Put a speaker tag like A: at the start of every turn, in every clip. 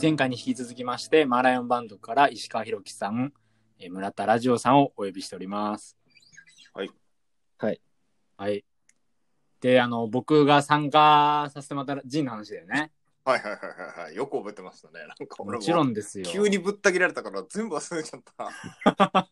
A: 前回に引き続きまして、マーライオンバンドから石川博樹さん、えー村田ラジオさんをお呼びしております。
B: はい。
C: はい。
A: はい。で、あの、僕が参加させてもらったジンの話だよね。
B: はいはいはいはいはい。よく覚えてましたね。なんか俺
A: も
B: も
A: ちろんですよ。
B: 急にぶった切られたから全部忘れちゃった。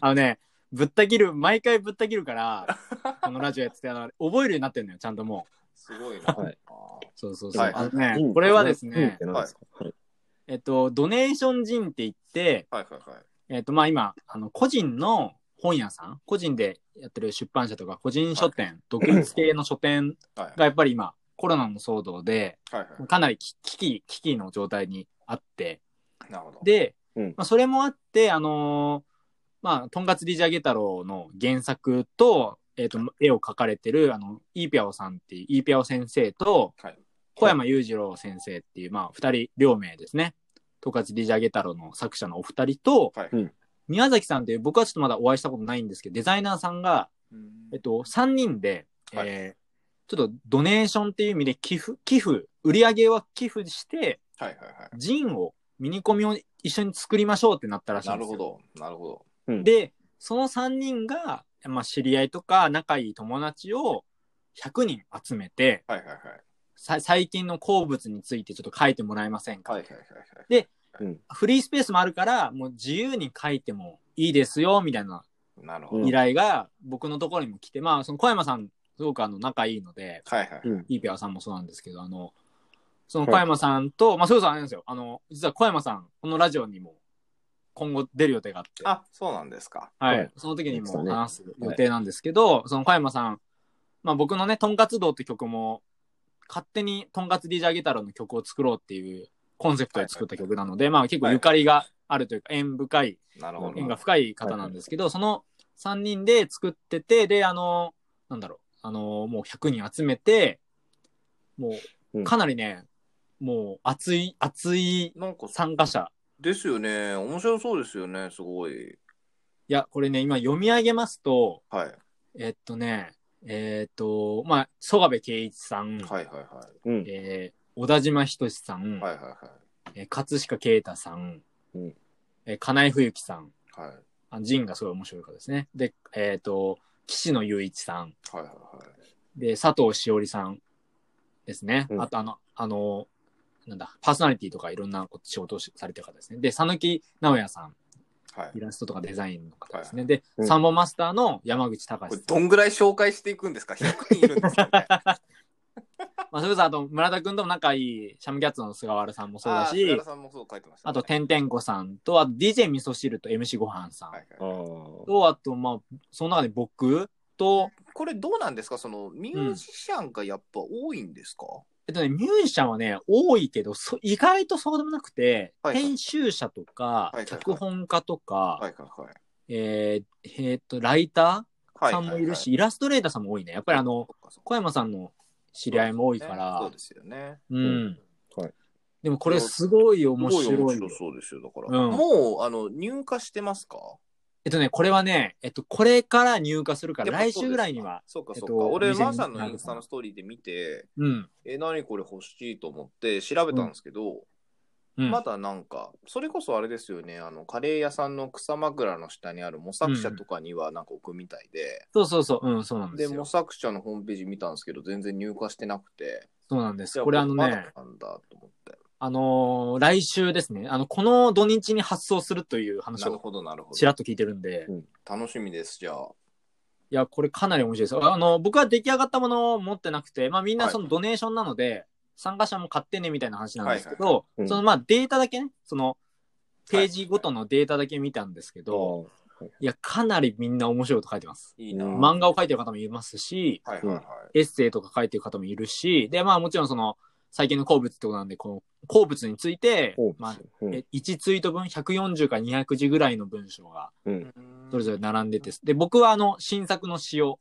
A: あのね、ぶった切る、毎回ぶった切るから、 このラジオやってて、あの覚えるようになってるのよ、ちゃんとも。
B: すごいな。
C: はい
A: そうそうそう。
B: はい
A: あの
C: ジン
A: ね、これはです
C: ジンっ
A: ね
C: て、何ですかはい。
A: えっと、ドネーションジンって言って、
B: はいはいはい。
A: えっ、と、まあ今、あの、個人の本屋さん、個人でやってる出版社とか、個人書店、独立系の書店
B: はい
A: がやっぱり今、コロナの騒動で、
B: はいは
A: かなりき危機、危機の状態にあって、
B: い。なるほど。
A: で、
C: うん
A: まあ、それもあって、あのーまあ、とんかつ DJ ゲ太郎の原作と、えっ、と、絵を描かれてる、あの、イーピャオさんっていう、イーピャオ先生と、
B: はい
A: 小山裕次郎先生っていう、まあ、二人、両名ですね。とんかつ DJ ゲ太郎の作者のお二人と、
B: はい
C: うん
A: 宮崎さんという、僕はちょっとまだお会いしたことないんですけど、デザイナーさんが、
B: うん
A: えっと、3人で、
B: はい
A: えーちょっとドネーションっていう意味で寄付、寄付、売り上げは寄付して、
B: はいはい
A: ジンを、ミニコミを一緒に作りましょうってなったら
B: はい。
A: しい
B: なん
A: で
B: る
A: す
B: ほ
A: よ。
B: ど。なるほど。
C: ど
A: で、その3人が、まあ、知り合いとか仲いい友達を100人集めて、
B: はいはいはい。
A: さ最近の好物についてちょっと書いてもらえませんか、
B: はいはいはいはい。
A: フリースペースもあるから、もう自由に書いてもいいですよ、みたいな
B: なるほど。
C: うん
A: 依頼が僕のところにも来て、まあ、その小山さん、すごくあの、仲いいので、
B: はいはい。
A: イーピアさんもそうなんですけど、あの、その小山さんと、まあ、そうそうあれなんですよ。あの、実は小山さん、このラジオにも今後出る予定があって、
B: あ、そうなんですか。
A: はい、
C: はい
A: その時にも
C: そうですね
A: 話す予定なんですけど、その小山さん、まあ僕のね、とんかつ道って曲も、勝手にとんかつ DJ ゲタロの曲を作ろうっていうコンセプトで作った曲なので、まあ結構ゆかりがあるというか、縁深い
B: なるほど。
A: 縁が深い方なんですけど、その3人で作ってて、で、あの、なんだろう、あの、もう100人集めて、も
C: う
A: う、
C: ん
A: かなりね、もう、熱い、熱い
B: なんかさ、
A: 参加者。
B: ですよね。面白そうですよね。すごい。
A: いや、これね、今読み上げますと、
B: はい。
A: えっとね、えっと、まあ、曽我部圭一さん、
B: はいはいは
C: うん。
A: えー小田島仁志さん、
B: い。はいはいは
A: えー葛飾啓太さん、
C: うん
A: えー金井冬樹さん、
B: い。はい。
A: あジンがすごい面白い方ですね。で、えっと、岸野雄一さん、
B: はいはいはい。
A: で、佐藤しおりさんですね。
C: うん
A: あと、あの、あの、なんだ、パーソナリティとかいろんな仕事をしされてる方ですね。で、佐き直也さん、
B: はい
A: イラストとかデザインの方です
B: は
A: ね。で、
C: うん
A: サンボマスターの山口
B: こ
A: 隆
B: れ
A: さん。
B: どんぐらい紹介していくんですか ?100 人いるんですか、ね、
A: まあ、それこそ、あと、村田くんとも仲いい、シャムキャッツの菅原さんもそうだ
B: あー菅
A: し
B: 原、さんもそう書いてました、
A: あと、てんてんこさんと、あと、DJ 味噌汁と MC ごはんさん。
B: はい
C: あ
B: はい、
C: ー
A: と、あと、まあ、その中で僕と、
B: これどうなんですかそのミュージシャンがやっぱ多いんですか、
A: えっとね、ミュージシャンはね、多いけど、そ意外とそうでもなくて、
B: はいはい
A: 編集者とか
B: は、いはいはい
A: 脚本家とか、
B: はいはいはい。
A: えーえーっと、ライター
B: はい
A: さんもいるし、、イラストレーターさんも多いね。やっぱりあの、小山さんの知り合いも多いから、
B: そうですよね。
A: う
C: よ
A: ん。
C: はい
A: でもこれすごい面白い
B: す
A: よ
B: ご面白そうですよ。だから、
A: うん
B: もうあの入荷してますか
A: えっとね、これはね、えっと、これから入荷するから、
B: やっぱそ
A: 来
B: うですか
A: 週ぐらいには、
B: そうか
A: えっ
B: そ
A: と
B: うか。俺、
A: 2000
B: マーさんのインスタのストーリーで見て、
A: うん。
B: え、何これ欲しいと思って調べたんですけど、
A: うん、
B: まだなんか、それこそあれですよね、あの、カレー屋さんの草枕の下にある模索者とかにはなんか置くみたいで、
A: そうそうそう、うん、そうなんで
B: で、
A: すよ
B: 模。索者のホームページ見たんですけど、全然入荷してなくて、
A: そうなんです。これあの
B: まだ
A: ね、
B: なんだと思って。
A: あのー来週ですね、あの、この土日に発送するという話
B: なる
A: を
B: ほど、なるほ
A: ち
B: ど
A: ら。っと聞いてるんで、
B: 楽しみです、じゃあ。
A: いや、これかなり面白いです。あの、僕は出来上がったものを持ってなくて、まあみんな
B: はい
A: そのドネーションなので、参加者も買ってねみたいな話なんですけど、
B: はい
C: うん
A: そのまあデータだけね、そのページごとのデータだけ見たんですけ
C: あ
A: ど、
C: ー
A: い、や、かなりみんな面白いこと書いてます。
B: いいな。
C: うん
A: 漫画を書いてる方もいますし、
B: はいはいはい。
A: エッセイとか書いてる方もいるし、で、まあもちろんその最近の好物ってことなんで、この好物について、
C: お
A: まあ、
C: うん
A: え1ツイート分140から200字ぐらいの文章が
C: うん
A: それぞれ並んでて、で、僕はあの新作の詩を、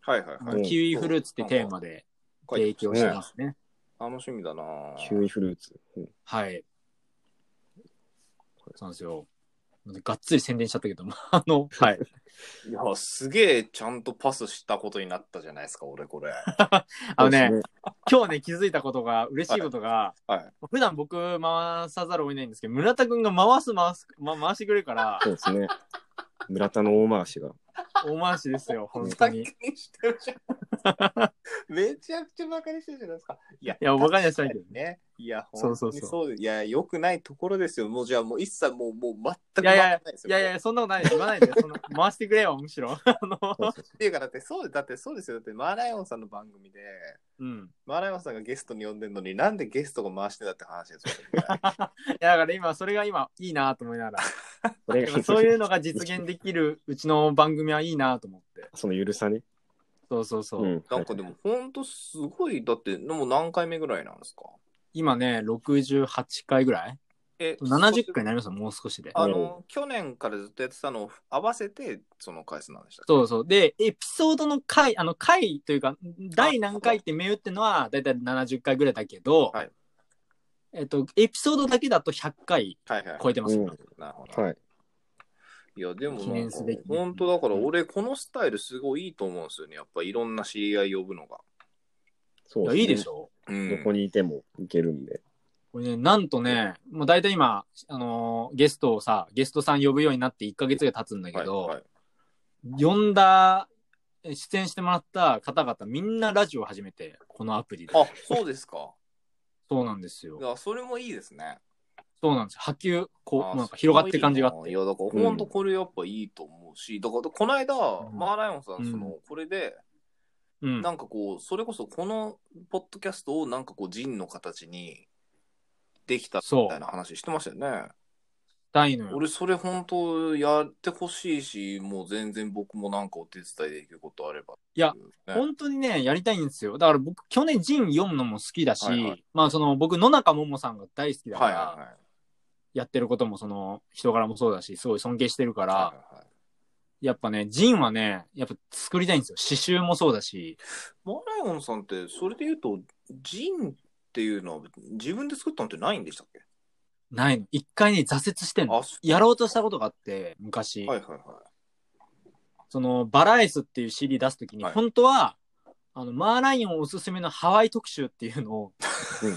B: はいはい
A: あの
B: は
C: うん
B: い。
A: キウイフルーツってテーマで提供してますね。
B: 楽しみだなぁ
C: キウイフルーツ。うん
A: はい。そうなんですよ。がっつり宣伝しちゃったけど、まああの、 はい。
B: いや、すげえちゃんとパスしたことになったじゃないですか、俺こ れ。
A: あのね、今日ね、気づいたことが、嬉しいことが、
B: はい。
A: 普段僕回さざるを得ないんですけど、村田くんが回す、回す、ま、回してくれるから、
C: そうですね。村田の大回しが。
A: 大回しですよ、本
B: ふ
A: 当
B: ざ
A: に。
B: け
A: い
B: んしてるじゃん。めちゃくちゃバカにしてるじゃないですか。いや、
A: や、バカにはしたいけど
B: 確かにね。いや、
A: そ
B: そう
A: そ
B: うそうう
A: そう
B: そうです。いや、良くないところですよ。もうじゃあもう一切もう、もう全く
A: いやいや
B: 回ってなですよ
A: いやいや、そんなことないです。言わないで。そんな回してくれよ、むしろ。 あの、
C: そうそうそ
B: っていうか、だってそうで、だってそうですよ。だってマーライオンさんの番組で、
A: うん。
B: マーライオンさんがゲストに呼んでるのに、なんでゲストが回してたって話ですよ。
A: いや、だから今、それが今、いいなと思いなが
C: う それ
A: ら。
C: が
A: そういうのが実現できるうちの番組はいいなと思って。
C: そのゆるさね。
A: そうそうそう。
C: ん。
B: なんかでも、ほんとすごい、だって、もう何回目ぐらいなんですか
A: 今ね、68回ぐらい
B: え
A: ?70 回になりますよ、もう少しで。
B: あの、去年からずっとやってたのを合わせて、その回数なんでしたっけ
A: そうそう。で、エピソードの回、あの、回というか、第何回って銘打ってのは、だいたい70回ぐらいだけど、
B: はい
A: えっと、エピソードだけだと100回
B: はいはい。
A: 超えてます、
C: うん
B: なるほど。
C: はい。
B: いや、でも
A: 記
B: なん
A: 念
B: か
A: すべき、
B: 本当だから、俺、このスタイルすごいいいと思うんですよね。やっぱ、いろんな知り合い呼ぶのが。
C: そ
A: いうや、
C: すね
A: いいでしょ。
B: うん。
C: どこにいてもいけるんで。
A: これね、なんとね、もう大体今、あのーゲストをさ、ゲストさん呼ぶようになって1ヶ月が経つんだけ
B: はい
A: ど、
B: はい
A: 呼んだ、え出演してもらった方々、みんなラジオを始めて、このアプリで。
B: あ、そうですか。
A: そうなんですよ
B: い。や、それもいいですね。
A: そうなんですよ。波及、こう、
B: あ
A: なんか広がってる感じがあっ
B: い
A: て。
B: や、だから、本当これやっぱいいと思うし、だから、この間、
A: ん
B: マーライオンさ、
A: うんん
B: その、これで、
A: うん。
B: なんかこう、それこそこのポッドキャストをなんかこう、人の形にできたみたいな話してましたよね。
A: したいのよ。
B: 俺、それ本当やってほしいし、もう全然僕もなんかお手伝いできることあれば。
A: いや
B: ね、
A: 本当にね、やりたいんですよ。だから僕、去年ジン読むのも好きだし、
B: はいはい
A: まあその僕、野中桃さんが大好きだか
B: はい
A: ら、
B: はいはい。
A: やってることもその人柄もそうだし、すごい尊敬してるから、
B: はいはいはい
A: やっぱね、ジンはね、やっぱ作りたいんですよ。刺繍もそうだし、
B: マーライオンさんって、それで言うと、ジンっていうのは自分で作ったのってないんでしたっけ
A: ないの。一回ね、挫折してんの。
B: あ、そう
A: やろうとしたことがあって、昔、
B: はいはいはい。
A: そのバラエスっていう CD 出すときに、
B: はい
A: 本当は、あの、マーライオンおすすめのハワイ特集っていうのを、
C: うん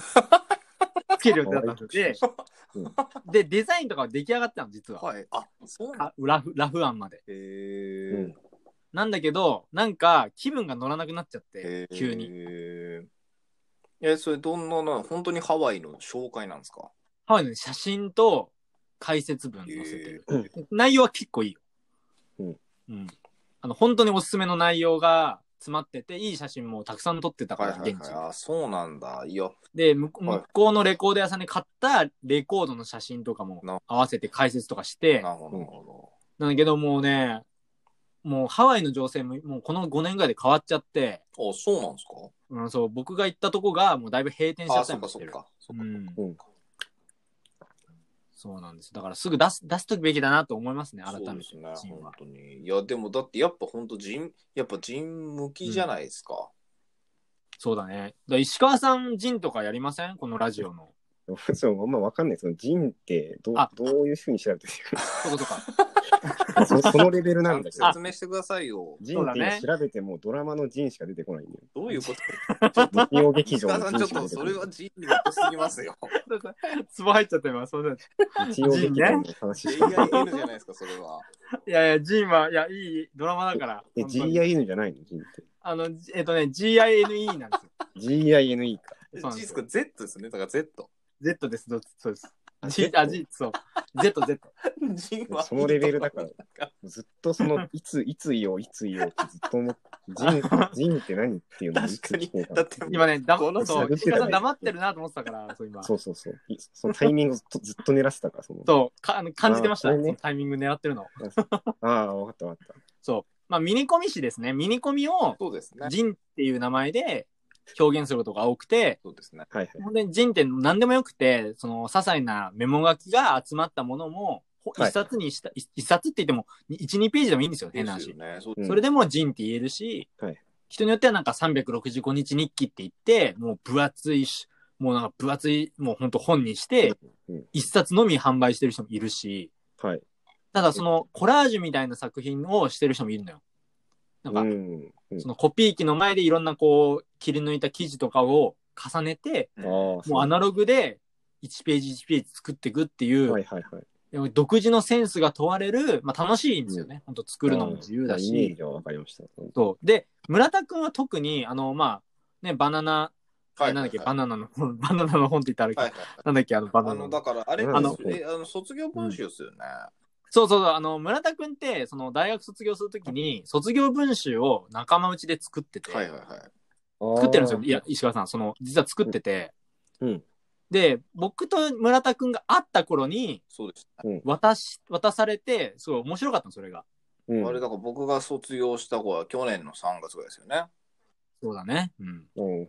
A: つける予定だったんですよ
C: うん
A: で、で、デザインとかは出来上がってたの、実は。
B: はい。あ、そうなん
A: あラフ、ラフ案まで。
B: へ
C: う
B: ー
C: ん
A: なんだけど、なんか気分が乗らなくなっちゃって
B: へ、ー
A: 急に。。
B: え、それどんなの、本当にハワイの紹介なんですか
A: ハワイの写真と解説文載せてる。
C: へ
A: 内容は結構いいよ。
C: うん。
A: うん。あの、本当におすすめの内容が詰まってて、いい写真もたくさん撮ってたか
B: はい
A: ら、
B: はいはい
A: 現地。
B: あ、そうなんだ。いや、
A: で、向こう
B: はい
A: 向こうのレコード屋さんで買ったレコードの写真とかも
B: な
A: 合わせて解説とかして、
B: なるほど、なるほ
A: なんだけどもうね、もうハワイの情勢ももうこの5年ぐらいで変わっちゃって、
B: ど。あ、そうなんですか
A: うん、そう、僕が行ったとこがもうだいぶ閉店しちゃ
B: あ、
A: ったり
B: そっ
A: も
B: か
A: し
B: そ
A: て
B: っ
A: る。
B: か。そっ
A: う
B: か
A: ん
C: うん
A: そうなんです。だからすぐ出す、出しとくべきだなと思いますね、改
B: そ
A: め
B: うで
A: て。
B: すね、
A: 人は
B: 本当に。いや、でもだってやっぱ本当人、やっぱ人向きじゃないですか。
A: そうだね。だ石川さん、ジンとかやりませんこのラジオの。
C: そう、あんまわかんないですけど、ジンってどう
A: あ
C: どういうふうに調べてる
A: そことか。
C: かそ そのレベルなんだけ
B: ち
C: ど
B: ゃんと。説明してくださいよ。
C: ジンって今
A: そう
C: 調べてもドラマのジンしか出てこないんだよ。
B: どういうこと
C: 日曜劇
B: 石
C: 場
B: 川
C: の
B: さん、ち
C: ジ
B: ょ
C: ン
B: っ
C: しか
B: と
C: 出て
B: そ
C: こ
B: れは人になすぎます よ。
A: ツボ入っちゃった今、すいません。
C: ない。日曜劇場の話しか。
B: AIN じゃないですか、それは。
A: いやいや、ジンは、いや、いいドラマだから。
C: え、
A: 本当に
C: GIN じゃないのジンって。
A: あの、じえっとね、GINE なんですよ。
C: GINE か。
A: そうなんです
B: ジース
A: よ
B: ク Z ですね、だから Z。
A: Z です、どそうです。
C: あ
A: G、
C: Z
A: あ、G、そう。Z、Z。
B: 人は
C: そのレベルだから。ずっとその、いつ、いつ言おう、いつ言おうってずっと思って、ジン、ジンって何っていうのをいつ
B: 確かに
C: 聞こう
B: だ
C: か
B: って
A: 今ね、だ
B: この
A: そ
C: 探っ
A: う、
C: て
A: 石
C: たね
A: 川さん黙ってるなと思ってた から、そう今。
C: そうそうそう。いそのタイミングをずっとずっと狙ってたから、その。
A: そう、かあの感じてました、
C: あ
A: そ
C: ーこれね
A: のタイミング狙ってるの。
C: ああ、わかったわかった。
A: そう。まあ、ミニコミ誌ですね。ミニコミを、
B: そうですね。
A: ジンっていう名前で表現することが多くて、
B: そうですね。
C: はいはい。
A: 本当にジンって何でもよくて、その、些細なメモ書きが集まったものも、ほ
C: はい
A: 一冊にした、一一冊って言っても、に一、二ページでもいいんですよ、変な
B: です
A: 話
B: よ。ね。そう
C: うん
A: それでもジンって言えるし、
C: はい
A: 人によってはなんか365日日記って言って、もう分厚いし、もうなんか分厚い、もう本当本にして、
C: うん
A: 一冊のみ販売してる人もいるし、
C: はい。
A: ただそのコラージュみたいな作品をしてる人もいるのよ。なんか、
C: うん。
A: そのコピー機の前でいろんなこう切り抜いた記事とかを重ねて、
C: ああ、そ
A: もうアナログで1ページ1ページ作っていくっていう、
C: はいはいはい。
A: でも独自のセンスが問われる、まあ楽しいんですよね。本当作るのも自由だ
C: イメー
A: し。
C: ジはわかりました。
A: そう。で、村田くんは特に、あの、まあ、ね、バナナ、あれなんだっけ、バ
B: ナ
A: ナナの 本、バナナの本って言ったらあれか
B: はいはいはい
A: なんだっけ、あの、バナ
B: あ
A: ナ
B: の、
A: の。
B: だから、あれ、
C: う
B: あ
C: ん
B: の
C: そう
B: えあの卒業文集ですよね。
A: そうそうそう、あの、村田くんって、その、大学卒業するときに、卒業文集を仲間内で作ってて、
B: はいはいはい。
A: 作ってるんですよ。
C: あー
A: いや、石川さん、その、実は作ってて、
C: うん。
A: で、僕と村田くんが会った頃に、
B: そうです、
A: 渡し、渡されて、すごい面白かったの、それが。
C: うん、
B: あれ、だから僕が卒業した子は去年の3月ぐらいですよね。
A: そうだね。うん。
C: うん、はいはい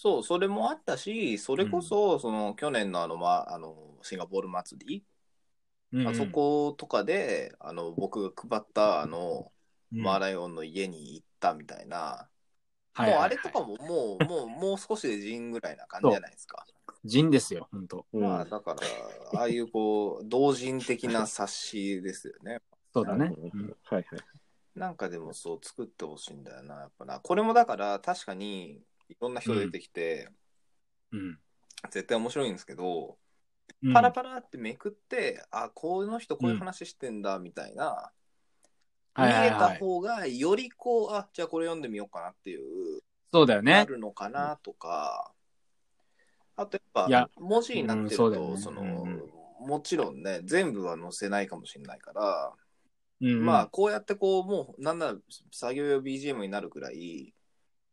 B: そう、それもあったし、それこそ、その、去年のあの、まあ、あの、シンガポール祭り、
A: うんうん
B: あそことかで、あの、僕が配った、あの、
A: うん
B: マーライオンの家に行ったみたいな、
A: はいはい
B: もう
A: は
B: あ
A: い
B: れとかももう、もう、もう少しで人ぐらいな感じじゃないですか。
A: 人ですよ、本当
C: うん
B: まあ、だから、ああいうこう、同人的な冊子ですよね。
A: そうだね
C: なる。ほど
A: うん
C: はい
B: なんかでもそう作ってほしいんだよな、やっぱな。これもだから確かにいろんな人出てきて、
A: うん。
B: 絶対面白いんですけど、
A: うん
B: パラパラってめくって、あ、この人こういう話してんだみたいな、
A: はいは
B: 見え
A: いは
B: た
A: い。
B: 方がよりこう、あ、じゃあこれ読んでみようかなっていう、
A: そうだよ
B: あ
A: ね。
B: るのかなとか、あと
A: い
B: やっ
A: や
B: ぱ文字になってる
A: う
B: と、
A: んそうだよね
B: その、
A: うん
B: もちろんね、全部は載せないかもしれないから、
A: うん。
B: まあ、こうやってこう、もう、なんなら作業用 BGM になるくらい、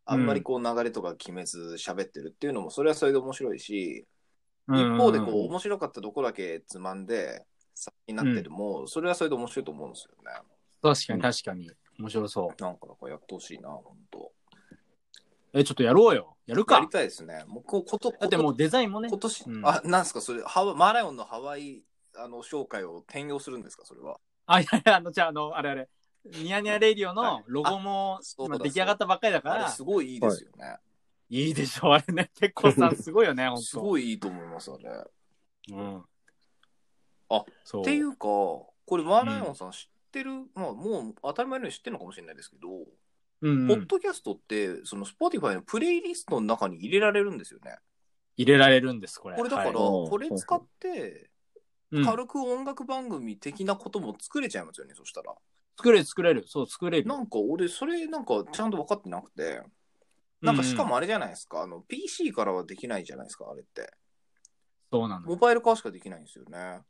B: あんまりこう流れとか決めず喋ってるっていうのも、それはそれで面白いし、
A: うんうんうん
B: 一方でこう、面白かったとこだけつまんで、先になってるも、それはそれで面白いと思うんですよね。
A: 確かに確かに。面白そ
B: なんか、やってほしいな、本当
A: う。え、ちょっとやろうよ。やる
B: やり
A: か。
B: たいですね。もうこ、こと、
A: だってもうデザインもね
B: 今。年、
A: うん
B: あ、なんですか、それ、ハワイマーライオンのハワイ、あの、紹介を転用するんですか、それは。
A: あ、いやいや、あの、じゃあ、あの、あれあれ。ニヤニヤレイディオ
B: はい
A: のロゴも
B: そうだ
A: 今出来上がったばっかりだか
B: あれ、
A: ら、
B: すごいいいですよね。
A: いいでしょ、あれね。 結構さん、すごいよね、ほん
B: す
A: と。
B: ごいいいと思います、あれ。っ
A: うん。
B: あ、
A: そう。
B: ていうか、これ、マーライオンさん知ってる、まあ、もう当たり前のように知ってるのかもしれないですけど、
A: うん
B: ポ
A: う
B: ッ
A: ん。
B: ドキャストって、その、Spotify のプレイリストの中に入れられるんですよね。
A: 入れられるんです、これ。
B: これだから、
A: はい
C: はい
B: これ使って、
A: うん
B: 軽く音楽番組的なことも作れちゃいますよね、そしたら。
A: 作れる、作れる。そう、作れる。
B: なんか、俺、それ、なんか、ちゃんと分かってなくて。なんかしか
A: うう。
B: もあれじゃないですか、あの PC からはできないじゃないですか、あれって。
A: そうなの
B: モ。バイルからしかできないんですよね。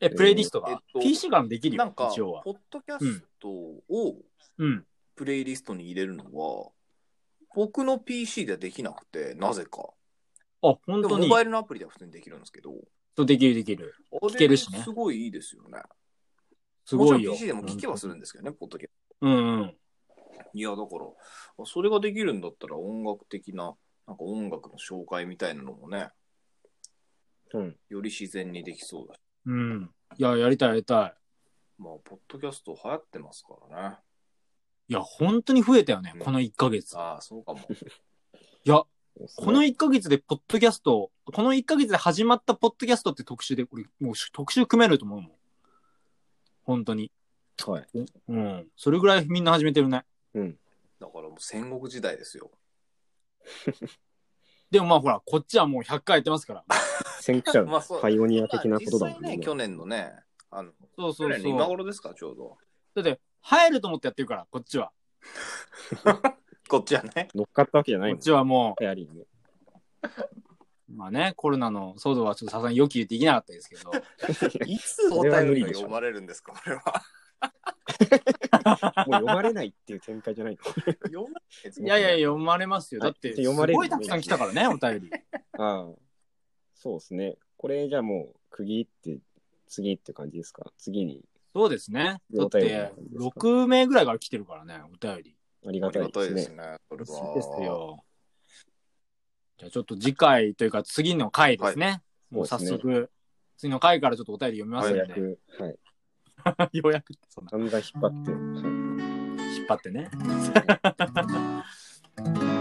A: え、プレイリスト
B: え
A: が
B: っと
A: ?PC からもできる
B: な
A: よ
B: ん、か、
A: 一応は。
B: ポッドキャストを
A: うん。
B: プレイリストに入れるのは、僕の PC ではできなくて、なぜか。
A: あ、
B: で
A: 本当
B: もモ
A: に。
B: バイルのアプリでは普通にできるんですけど、
A: そうできる、できる。
B: あれ
A: けるしね
B: すごいいいですよね。
A: すご
B: も
A: い
B: ちろ
A: よ。
B: ん PC でも聞けはするんですけどね、ポッドキャス
A: うんうん。
B: ト。いや、だから、それができるんだったら音楽的な、なんか音楽の紹介みたいなのもね、
C: うん。
B: より自然にできそうだし。
A: うん。いや、やりたい、やりた
B: まあ、ポッドキャスト流行ってますからね。
A: い。いや、本当に増えたよね
B: う、ん
A: この1ヶ月。
B: ああ、そうかも。
A: いや、
C: こ
A: この、1ヶ月で、ポッドキャスト、この1ヶ月で始まったポッドキャストって特集で、俺、もう特集組めると思うもん。本当に。
C: はい。
A: うん。それぐらいみんな始めてるね。
B: だからもう戦国時代ですよ。
A: でもまあほら、こっちはもう100回やってますから。
C: 先駆者、
B: まあそう
C: パイオニア的なことだ
B: まあ
C: もん
B: 実際ね、去年のね、あの、
A: そうそ
B: 去
A: う
B: 年
A: そ
B: の今
A: う。
B: 頃ですか、ちょうど。
A: だって、入ると思ってやってるから、こっちは。
B: こっちはね。
C: 乗っかったわけじゃな
A: こ
C: い
A: っ
C: の。
A: ちはも
C: 流行り にね。
A: う、まあね、コロナの騒動はちょっとさすがに予期できなかったですけど。
B: いつお便りが読まれるんですか、これは。
C: もう読まれないっていう展開じゃない
B: 読まれないです
A: い
B: ね
A: やいや、読まれますよ。だって、
C: はい
A: す
C: 読まれる
A: ごいたくさん来たからね、お便り。
C: の。ああ。そうですね。これじゃあもう、釘って、次って感じですか次に。
A: そうですね。だっ
C: お便り
A: て、6名ぐらいから来てるからね、お便り。
C: あり
B: あり
C: がた
B: が
C: い
B: た
C: で
B: い
C: す
B: で
C: ね。
B: すね。それは。
A: です。よ。じゃあちょっと次回というか次の回ですね。もう早
C: そうです
A: 速、次の回からちょっとお便り読みます
C: よ
A: ん
C: うや
A: で。
C: く、はい。
A: ようやくってそんな
C: だんだん引っ張って、はい
A: 引っ張ってね。